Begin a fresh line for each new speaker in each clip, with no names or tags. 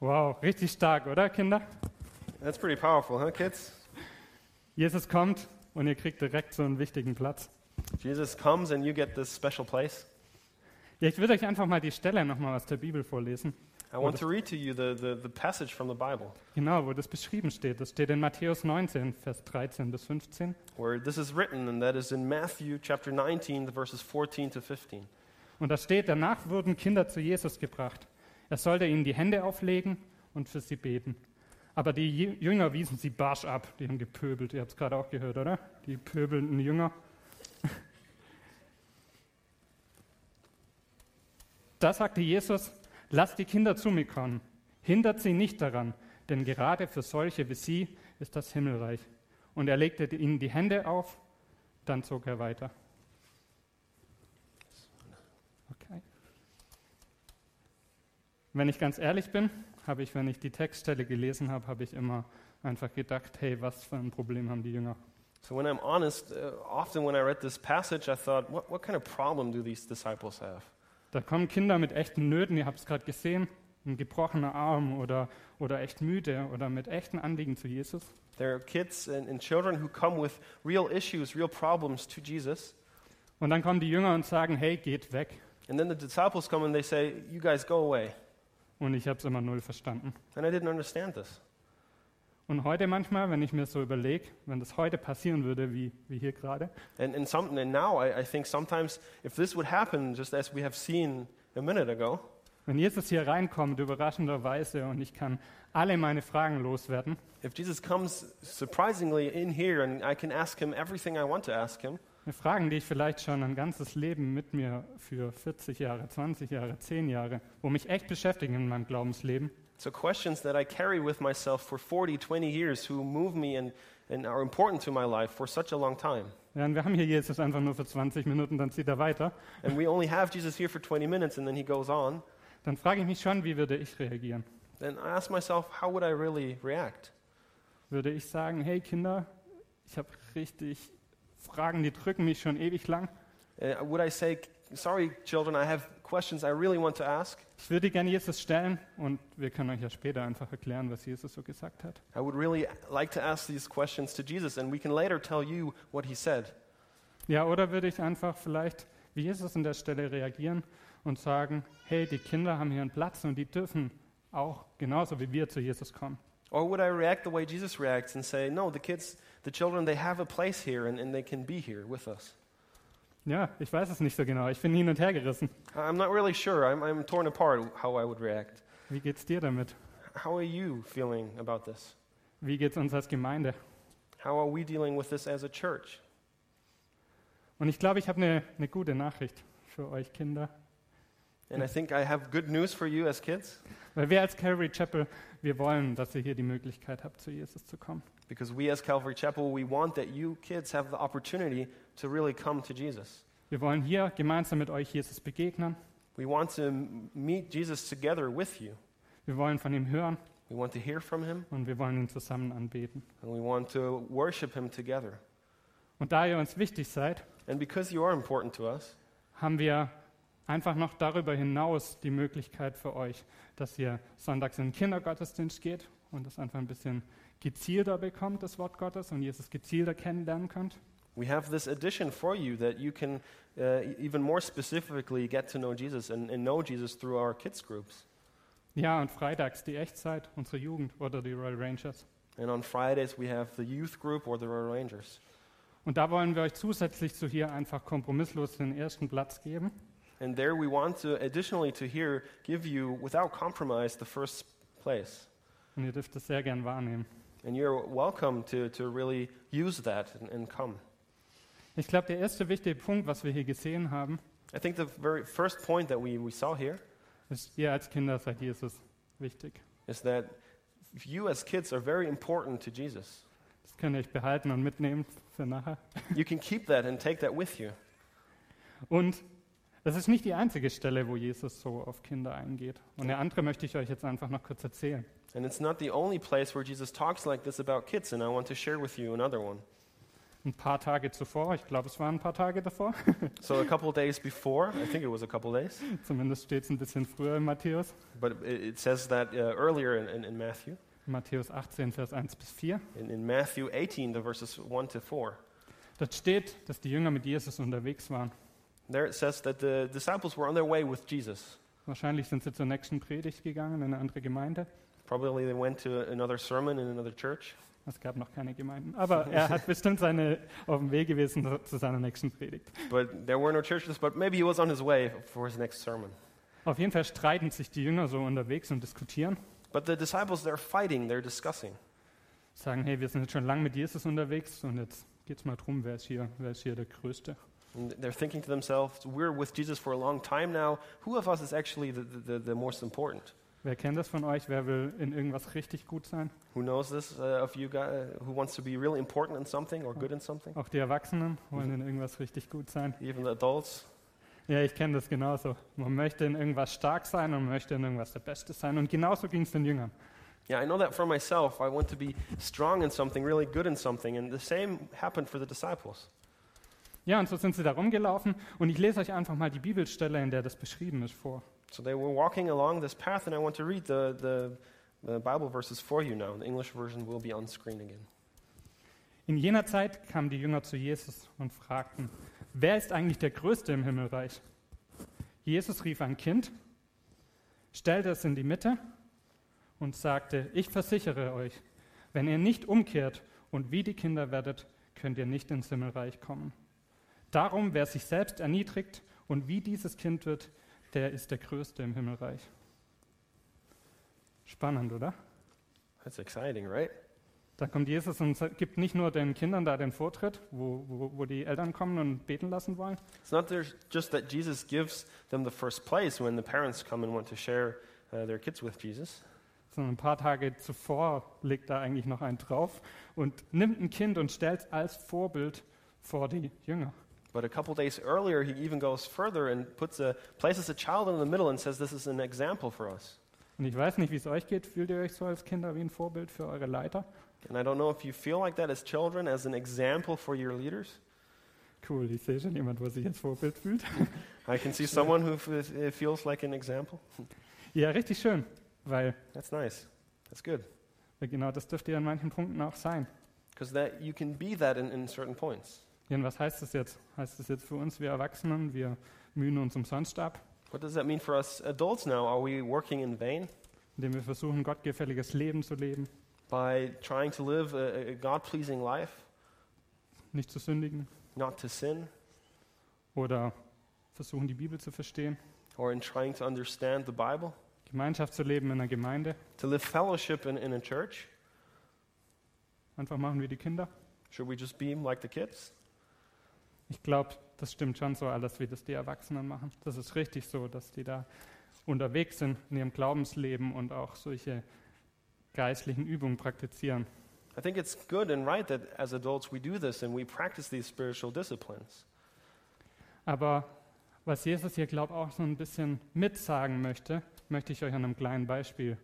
Wow, richtig stark, oder Kinder?
That's pretty powerful, huh, kids?
Jesus kommt und ihr kriegt direkt so einen wichtigen Platz.
Jesus comes and you get this special place.
Ja, ich würde euch einfach mal die Stelle nochmal aus der Bibel vorlesen.
I want to read to you the, the, the passage from the Bible
Genau, wo das beschrieben steht. Das steht in Matthäus 19, Vers 13 bis 15.
where this is written, and that is in Matthew chapter 19, the verses 14 to 15.
Und da steht, danach wurden Kinder zu Jesus gebracht. Er sollte ihnen die Hände auflegen und für sie beten. Aber die Jü- Jünger wiesen sie barsch ab. Die haben gepöbelt. Ihr habt es gerade auch gehört, oder? Die pöbelnden Jünger. Da sagte Jesus, lasst die Kinder zu mir kommen. Hindert sie nicht daran, denn gerade für solche wie sie ist das Himmelreich. Und er legte ihnen die Hände auf, dann zog er weiter. Okay. Wenn ich ganz ehrlich bin, habe ich, wenn ich die Textstelle gelesen habe, habe ich immer einfach gedacht, hey, was für ein Problem haben die Jünger?
So, when I'm honest, uh, often when I read this passage, I thought, what, what kind of problem do these disciples have?
Da kommen Kinder mit echten Nöten, ihr habt es gerade gesehen, ein gebrochener Arm oder, oder echt müde oder mit echten Anliegen zu Jesus.
They're kids and, and children who come with real issues, real problems to Jesus.
Und dann kommen die Jünger und sagen, hey, geht weg.
And then the disciples come and they say, You guys go away.
Und ich habe es immer null verstanden.
And I didn't understand this.
Und heute manchmal, wenn ich mir so überlege, wenn das heute passieren würde, wie, wie hier gerade,
And, and, some, and now I, I think sometimes if this would happen, just as we have seen a minute ago,
wenn Jesus hier reinkommt, überraschenderweise, und ich kann alle meine Fragen loswerden,
if Jesus comes surprisingly in here and I can ask him everything I want to ask him,
Eine Fragen, die ich vielleicht schon ein ganzes Leben mit mir für 40 Jahre, 20 Jahre, 10 Jahre, wo mich echt beschäftigen in meinem Glaubensleben,
so questions that I carry with myself for 40, 20 years who move me and, and are important to my life for such a long time.
ja, und wir haben hier Jesus einfach nur für 20 Minuten, dann zieht er weiter,
And we only have Jesus here for 20 minutes and then he goes on.
dann frage ich mich schon, wie würde ich reagieren?
Then I ask myself, how would I really react?
Würde ich sagen, hey Kinder, ich habe richtig Fragen, die drücken mich schon ewig lang,
Uh, would I say, sorry, children, I have questions I really want to ask?
ich würde die gerne Jesus stellen und wir können euch ja später einfach erklären, was Jesus so gesagt hat.
I would really like to ask these questions to Jesus, and we can later tell you what he said.
Ja, oder würde ich einfach vielleicht wie Jesus an der Stelle reagieren und sagen, hey, die Kinder haben hier einen Platz und die dürfen auch genauso wie wir zu Jesus kommen.
Or would I react the way Jesus reacts and say, no, the kids, the children, they have a place here and, and they can be here with us?
Ja, ich weiß es nicht so genau. Ich bin hin und her gerissen.
I- I'm not really sure. I'm, I'm torn apart how I would react.
Wie geht's dir damit?
How are you feeling about this?
Wie geht's uns als Gemeinde?
How are we dealing with this as a church?
Und ich glaube, ich habe eine, eine gute Nachricht für euch Kinder.
And I think I have good news for you as kids,
Weil wir als Calvary Chapel, wir wollen, dass ihr hier die Möglichkeit habt, zu Jesus zu kommen.
because we as Calvary Chapel, we want that you kids have the opportunity to really come to Jesus.
Wir wollen hier gemeinsam mit euch Jesus begegnen.
We want to m- meet Jesus together with you.
Wir wollen von ihm hören
We want to hear from him.
und wir wollen ihn zusammen anbeten.
and we want to worship him together.
Und da ihr uns wichtig seid,
And because you are important to us,
haben wir einfach noch darüber hinaus die Möglichkeit für euch, dass ihr sonntags in den Kindergottesdienst geht und das einfach ein bisschen gezielter bekommt, das Wort Gottes, und Jesus gezielter kennenlernen könnt.
we have this addition for you that you can uh, e- even more specifically get to know Jesus and, and know Jesus through our kids groups.
Ja, und freitags die Echtzeit, unsere Jugend oder die Royal Rangers.
And on Fridays, we have the youth group or the Royal Rangers.
Und da wollen wir euch zusätzlich zu hier einfach kompromisslos den ersten Platz geben.
And there we want to, additionally to here, give you, without compromise, the first place.
Und ihr dürft es sehr gern wahrnehmen.
And you're welcome to, to really use that and, and come.
Ich glaube, der erste wichtige Punkt, was wir hier gesehen haben,
I think the very first point that we, we saw here
ist, ihr als Kinder seid Jesus wichtig.
is that you as kids are very important to Jesus.
Das könnt ihr euch behalten und mitnehmen für nachher.
You can keep that and take that with you.
Und das ist nicht die einzige Stelle, wo Jesus so auf Kinder eingeht. Und eine andere möchte ich euch jetzt einfach noch kurz erzählen.
And it's not the only place where Jesus talks like this about kids, and I want to share with you another one.
Und ein paar Tage zuvor, ich glaube, es waren ein paar Tage davor,
So a couple days before, I think it was a couple days,
zumindest steht es ein bisschen früher in Matthäus,
but it, it says that uh, earlier in, in, in Matthew,
Matthäus 18, Vers 1 bis 4,
in, in Matthew 18, the verses 1 to 4,
dort steht, dass die Jünger mit Jesus unterwegs waren.
there it says that the disciples were on their way with Jesus.
Wahrscheinlich sind sie zur nächsten Predigt gegangen in eine andere Gemeinde.
Probably they went to another sermon in another church.
Es gab noch keine Gemeinden. Aber er hat bestimmt seine, auf dem Weg gewesen zu- zu seiner nächsten Predigt.
But there were no churches, but maybe he was on his way for his next sermon.
Auf jeden Fall streiten sich die Jünger so unterwegs und diskutieren.
But the disciples, they're fighting, they're discussing.
Sagen, hey, wir sind jetzt schon lange mit Jesus unterwegs und jetzt geht es mal drum, wer ist, hier, wer ist hier der Größte.
And they're thinking to themselves, we're with Jesus for a long time now. Who of us is actually the, the, the, the most important?
Wer kennt das von euch? Wer will in irgendwas richtig gut sein?
Who knows this uh, of you guys? Who wants to be really important in something or good in something?
Auch die Erwachsenen wollen in irgendwas richtig gut sein.
Even the adults?
Ja, ich kenne das genauso. Man möchte in irgendwas stark sein und möchte in irgendwas der Beste sein. Und genauso ging es den Jüngern.
Yeah, I know that for myself. I want to be strong in something, really good in something. And the same happened for the disciples.
Ja, und so sind sie da rumgelaufen. Und ich lese euch einfach mal die Bibelstelle, in der das beschrieben ist, vor.
So they were walking along this path, and I want to read the, the, the Bible verses for you now. The English version will be on screen again.
In jener Zeit kamen die Jünger zu Jesus und fragten, wer ist eigentlich der Größte im Himmelreich? Jesus rief ein Kind, stellte es in die Mitte und sagte, ich versichere euch, wenn ihr nicht umkehrt und wie die Kinder werdet, könnt ihr nicht ins Himmelreich kommen. Darum, wer sich selbst erniedrigt und wie dieses Kind wird, der ist der Größte im Himmelreich. Spannend, oder?
That's exciting, right?
Da kommt Jesus und sa- gibt nicht nur den Kindern da den Vortritt, wo, wo, wo die Eltern kommen und beten lassen wollen,
It's not there's just that Jesus gives them the first place when the parents come and want to share uh, their kids with Jesus,
sondern ein paar Tage zuvor legt da eigentlich noch einen drauf und nimmt ein Kind und stellt es als Vorbild vor die Jünger.
but a couple days earlier, he even goes further and puts a, places a child in the middle and says, This is an example for us.
Und ich weiß nicht, wie es euch geht. Fühlt ihr euch so als Kinder wie ein Vorbild für eure Leiter?
And I don't know if you feel like that as children, as an example for your leaders.
Cool, ich sehe schon jemand, wo sich als Vorbild fühlt.
I can see someone who f- uh, feels like an example.
Ja, richtig schön, weil
That's nice. That's good.
weil genau das dürft ihr an manchen Punkten auch sein.
Because that you can be that in, in certain points.
Jan, was heißt das jetzt? Heißt das jetzt für uns, wir Erwachsenen, wir mühen uns umsonst ab?
What does that mean for us adults now? Are we working in vain
indem wir versuchen, gottgefälliges Leben zu leben,
by trying to live a, a God pleasing life,
nicht zu sündigen
not to sin,
oder versuchen, die Bibel zu verstehen,
or in trying to understand the Bible,
Gemeinschaft zu leben in einer Gemeinde.
to live fellowship in, in a church?
Einfach machen wir die Kinder.
Should we just be like the kids?
Ich glaube, das stimmt schon so alles, wie das die Erwachsenen machen. Das ist richtig so, dass die da unterwegs sind in ihrem Glaubensleben und auch solche geistlichen Übungen praktizieren.
I think it's good and right that as adults we do this and we practice these spiritual disciplines.
Aber was Jesus hier, glaube ich, auch so ein bisschen mitsagen möchte, möchte ich euch an einem kleinen Beispiel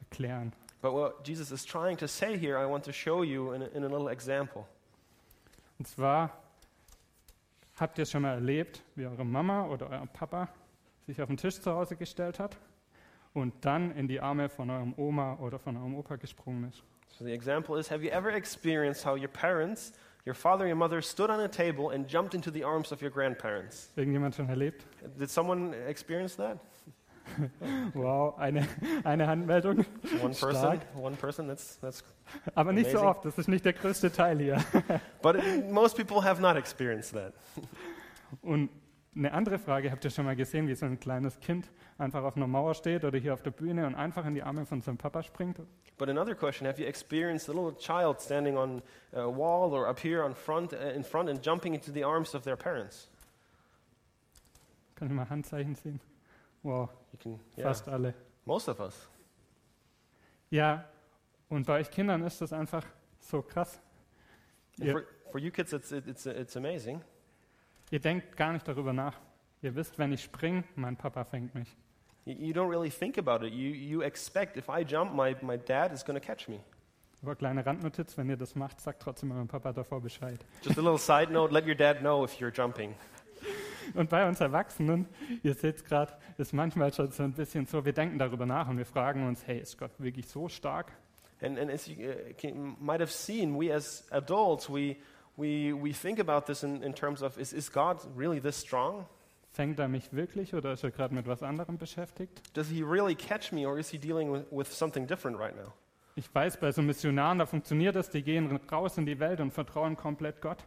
erklären.
But what Jesus is trying to say here, I want to show you in a, in a little example.
Und zwar habt ihr es schon mal erlebt, wie eure Mama oder euer Papa sich auf den Tisch zu Hause gestellt hat und dann in die Arme von eurem Oma oder von eurem Opa gesprungen ist.
So the example is Have you ever experienced how your parents, your father, your mother, stood on a table and jumped into the arms of your grandparents?
Irgendjemand schon erlebt?
Did someone experience that?
Wow, eine, eine Handmeldung.
One person.
Stark.
One person. That's that's.
Aber nicht so
Amazing.
oft, das ist nicht der größte Teil hier.
But it, most people have not experienced that.
Und eine andere Frage, habt ihr schon mal gesehen, wie so ein kleines Kind einfach auf einer Mauer steht oder hier auf der Bühne und einfach in die Arme von seinem Papa springt?
But another question: Have you experienced a little child standing on a wall or up here on front, uh, in front, and jumping into the arms of their parents?
Kann ich mal Handzeichen sehen? Wow,
You can. Yeah,
fast alle.
Most of us.
Ja, und bei euch Kindern ist das einfach so krass.
And
Ihr,
For, for you kids, it's it, it's it's amazing.
ihr denkt gar nicht darüber nach. Ihr wisst, wenn ich springe, mein Papa fängt mich.
You, you don't really think about it. You you expect if I jump, my my dad is going to catch me.
Aber kleine Randnotiz, wenn ihr das macht, sagt trotzdem eurem Papa davor Bescheid.
Just a little side note let your dad know if you're jumping.
Und bei uns Erwachsenen, ihr seht es gerade, ist manchmal schon so ein bisschen so, wir denken darüber nach und wir fragen uns, hey, ist Gott wirklich so stark?
And, and as you uh, can, might have seen, we as adults, we, we, we think about this in, in terms of is, is God really this strong?
Fängt er mich wirklich oder ist er gerade mit was anderem beschäftigt?
Does he really catch me, or is he dealing with, with something different right now?
Ich weiß, bei so Missionaren, da funktioniert das, die gehen raus in die Welt und vertrauen komplett Gott.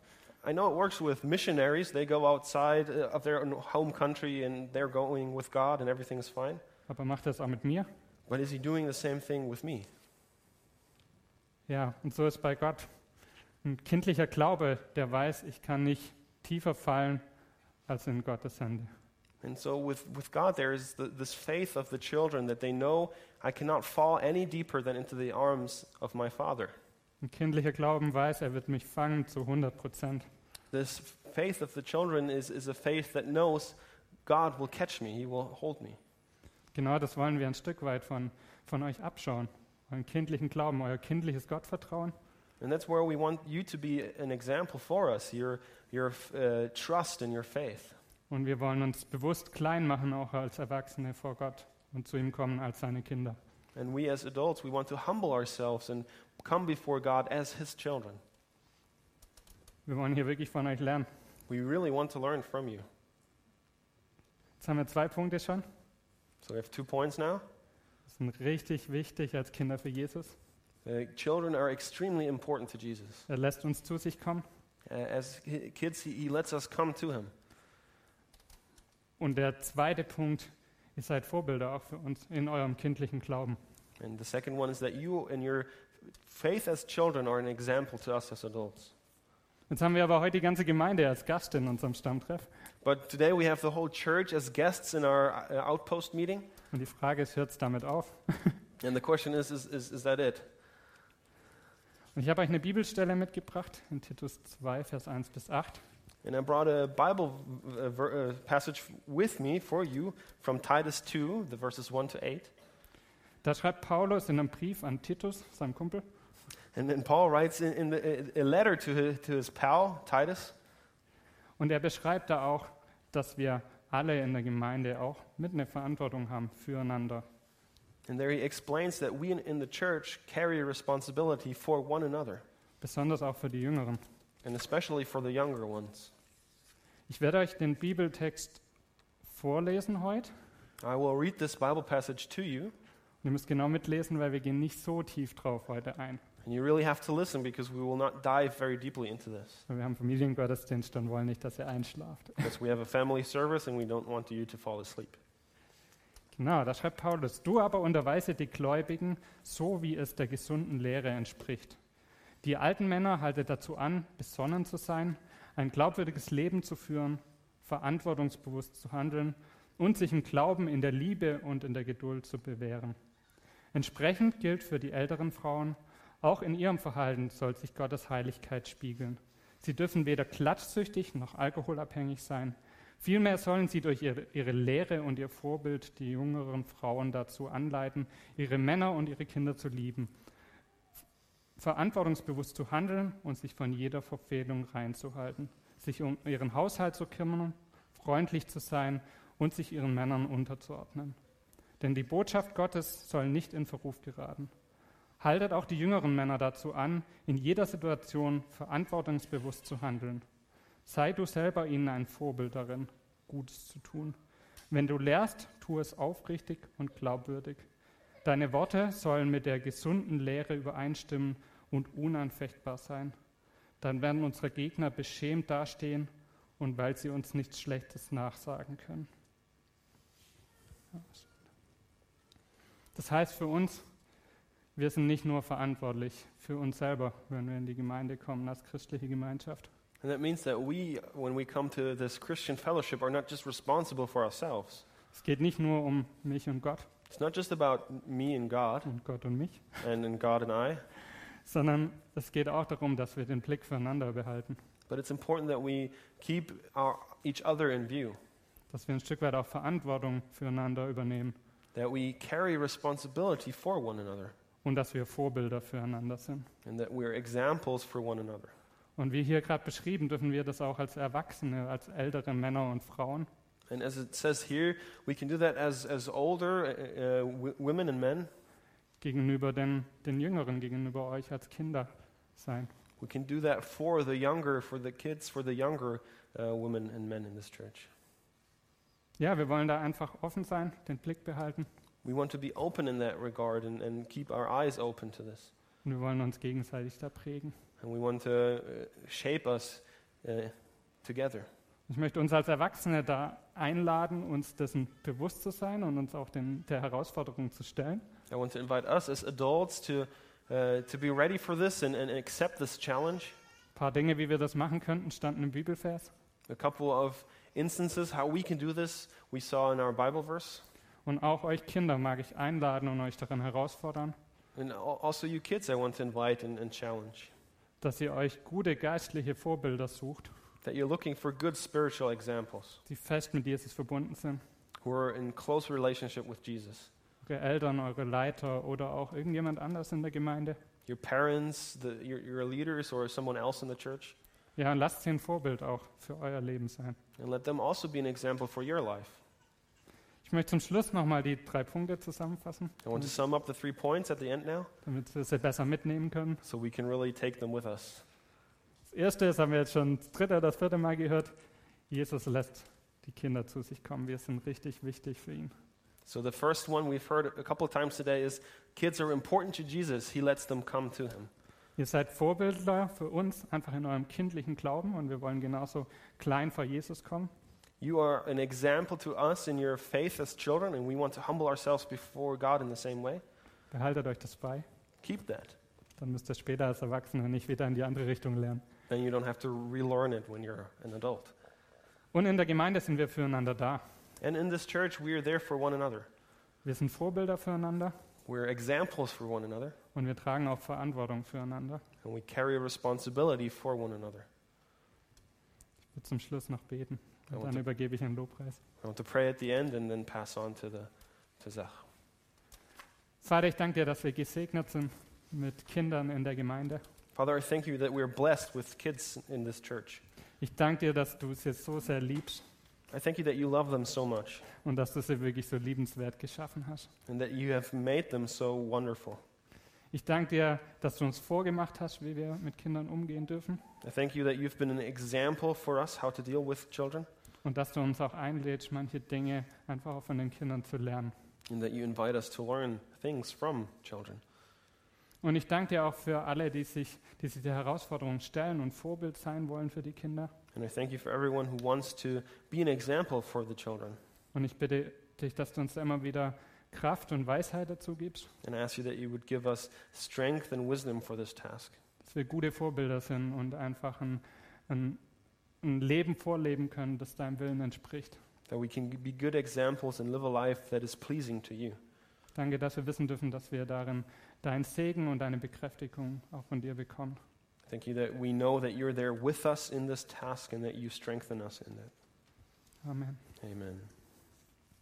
I know it works with missionaries. They go outside uh, of their own home country and they're going with God and everything is fine.
Aber macht das auch mit mir?
But is he doing the same thing with me?
Ja, und so ist bei Gott ein kindlicher Glaube, der weiß, ich kann nicht tiefer fallen als in Gottes Hände.
And so with, with God, there is the, this faith of the children that they know I cannot fall any deeper than into the arms of my Father.
Ein kindlicher Glauben weiß, er wird mich fangen zu 100 Prozent.
This faith of the children is, is a faith that knows God will catch me, He will hold me.
Genau das wollen wir ein Stück weit von, von euch abschauen. Euren kindlichen Glauben, euer kindliches Gottvertrauen.
And that's where we want you to be an example for us your, your uh, trust and your faith.
Und wir wollen uns bewusst klein machen, auch als Erwachsene vor Gott und zu ihm kommen als seine Kinder.
And we as adults, we want to humble ourselves and come before God as His children.
Wir wollen hier wirklich von euch lernen.
We really want to learn from you.
Jetzt haben wir zwei Punkte schon.
So we have two points now.
Das sind richtig wichtig als Kinder für Jesus.
Uh, children are extremely important to Jesus.
Er lässt uns zu sich kommen
Uh, as hi- kids, he, he lets us come to Him.
Und der zweite Punkt, ihr seid Vorbilder auch für uns in eurem kindlichen Glauben.
And the second one is that you and your faith as children are an example to us as adults.
Jetzt haben wir aber heute die ganze Gemeinde als Gast in unserem Stammtreff.
But today we have the whole church as guests in our uh, outpost meeting.
Und die Frage ist, hört es damit auf?
And the question is is, is, is that it?
Und ich habe euch eine Bibelstelle mitgebracht in Titus 2, Vers 1 bis 8.
And I brought a Bible uh, ver- uh, passage with me for you from Titus 2, the verses 1 to 8.
Da schreibt Paulus in einem Brief an Titus, seinem Kumpel,
And then Paul writes in, in the, a letter to his, to his pal, Titus,
und er beschreibt da auch, dass wir alle in der Gemeinde auch mit eine Verantwortung haben füreinander.
and there he explains that we in, in the church carry a responsibility for one another,
Besonders auch für die Jüngeren.
and especially for the younger ones.
Ich werde euch den Bibeltext vorlesen heute.
I will read this Bible passage to you,
Und ihr müsst genau mitlesen, weil wir gehen nicht so tief drauf heute ein.
and you really have to listen because we will not dive very deeply into this.
Weil wir haben Familiengottesdienst und wollen nicht, dass ihr einschlaft.
Because we have a family service and we don't want you to fall asleep.
Genau, da schreibt Paulus, du aber unterweise die Gläubigen, so wie es der gesunden Lehre entspricht. Die alten Männer halte dazu an, besonnen zu sein, ein glaubwürdiges Leben zu führen, verantwortungsbewusst zu handeln und sich im Glauben, in der Liebe und in der Geduld zu bewähren. Entsprechend gilt für die älteren Frauen, auch in ihrem Verhalten soll sich Gottes Heiligkeit spiegeln. Sie dürfen weder klatschsüchtig noch alkoholabhängig sein, Vielmehr sollen sie durch ihre, ihre Lehre und ihr Vorbild die jüngeren Frauen dazu anleiten, ihre Männer und ihre Kinder zu lieben, verantwortungsbewusst zu handeln und sich von jeder Verfehlung reinzuhalten, sich um ihren Haushalt zu kümmern, freundlich zu sein und sich ihren Männern unterzuordnen. Denn die Botschaft Gottes soll nicht in Verruf geraten. Haltet auch die jüngeren Männer dazu an, in jeder Situation verantwortungsbewusst zu handeln. Sei du selber ihnen ein Vorbild darin, Gutes zu tun. Wenn du lehrst, tu es aufrichtig und glaubwürdig. Deine Worte sollen mit der gesunden Lehre übereinstimmen und unanfechtbar sein. Dann werden unsere Gegner beschämt dastehen und weil sie uns nichts Schlechtes nachsagen können. Das heißt für uns, wir sind nicht nur verantwortlich für uns selber, wenn wir in die Gemeinde kommen als christliche Gemeinschaft.
And that means that we, when we come to this Christian fellowship, are not just responsible for ourselves.
Es geht nicht nur um mich und Gott
It's not just about me and God
und Gott und mich,
and, and God and I,
sondern es geht auch darum, dass wir den Blick füreinander behalten,
but it's important that we keep our, each other in view,
dass wir ein Stück weit auch Verantwortung füreinander übernehmen
that we carry responsibility for one another.
und dass wir Vorbilder füreinander sind.
and that we're examples for one another.
Und wie hier gerade beschrieben, dürfen wir das auch als Erwachsene, als ältere Männer und Frauen.
And as it says here, we can do that as, as older uh, uh, w- women and men.
gegenüber den, den Jüngeren, gegenüber euch als Kinder sein.
We can do that for the younger, for the kids, for the younger uh, women and men in this church.
Ja, wir wollen da einfach offen sein, den Blick behalten
We want to be open in that regard and, and keep our eyes open to this.
und wir wollen uns gegenseitig da prägen.
And we want to uh, shape us uh, together.
Ich möchte uns als Erwachsene da einladen, uns dessen bewusst zu sein und uns auch dem, der Herausforderung zu stellen.
I want to invite us as adults to, uh, to be ready for this and, and accept this challenge.
Ein paar Dinge, wie wir das machen könnten, standen im Bibelvers.
A couple of instances how we can do this we saw in our Bible verse.
Und auch euch Kinder mag ich einladen und euch darin herausfordern,
And al- also, you kids, I want to invite and, and challenge
dass ihr euch gute geistliche Vorbilder sucht,
that you're looking for good spiritual examples
die fest mit Jesus verbunden sind.
who are in close relationship with Jesus.
Eure Eltern, eure Leiter oder auch irgendjemand anders in der Gemeinde.
Your parents, the, your, your leaders, or someone else in the church.
Ja, und lasst sie ein Vorbild auch für euer Leben sein.
And let them also be an example for your life.
Ich möchte zum Schluss nochmal die drei Punkte zusammenfassen,
I want to sum up the three points at the end now
damit wir sie besser mitnehmen können.
so we can really take them with us.
Das erste, das haben wir jetzt schon das dritte, das vierte Mal gehört. Jesus lässt die Kinder zu sich kommen. Wir sind richtig wichtig für ihn.
So, the first one we've heard a couple of times today is kids are important to Jesus, He lets them come to Him.
Ihr seid Vorbilder für uns, einfach in eurem kindlichen Glauben und wir wollen genauso klein vor Jesus kommen.
You are an example to us in your faith as children, and we want to humble ourselves before God in the same way.
Behaltet euch das bei.
Keep that.
Dann müsst ihr später als Erwachsene nicht wieder in die andere Richtung lernen.
Then you don't have to relearn it when you're an adult.
Und in der Gemeinde sind wir füreinander da.
And in this church, we are there for one another.
Wir sind Vorbilder füreinander
We're examples for one another,
und wir tragen auch Verantwortung füreinander.
and we carry a responsibility for one another.
Ich will zum Schluss noch beten
Ja,
und
warte.
dann übergebe ich den Lobpreis.
I want to pray at the end and then pass on to the to Zach.
Vater, ich danke dir, dass wir gesegnet sind mit Kindern in der Gemeinde.
Father, I thank you that we're blessed with kids in this church.
Ich danke dir, dass du sie so sehr liebst
I thank you that you love them so much
und dass du sie wirklich so liebenswert geschaffen hast.
and that you have made them so wonderful.
Ich danke dir, dass du uns vorgemacht hast, wie wir mit Kindern umgehen dürfen
I thank you that you've been an example for us how to deal with children
und dass du uns auch einlädst, manche Dinge einfach auch von den Kindern zu lernen.
and that you invite us to learn things from children.
Und ich danke dir auch für alle, die sich, die sich der Herausforderung stellen und Vorbild sein wollen für die Kinder.
And I thank you for everyone who wants to be an example for the children.
Und ich bitte dich, dass du uns da immer wieder Kraft und Weisheit dazu gibst,
And I ask you that you would give us strength and wisdom for this task,
dass wir gute Vorbilder sind und einfach ein, ein, ein Leben vorleben können, das deinem Willen entspricht.
that we can be good examples and live a life that is pleasing to you.
Danke, dass wir wissen dürfen, dass wir darin deinen Segen und deine Bekräftigung auch von dir bekommen.
Thank you that we know that you're there with us in this task and that you strengthen us in that.
Amen.
Amen.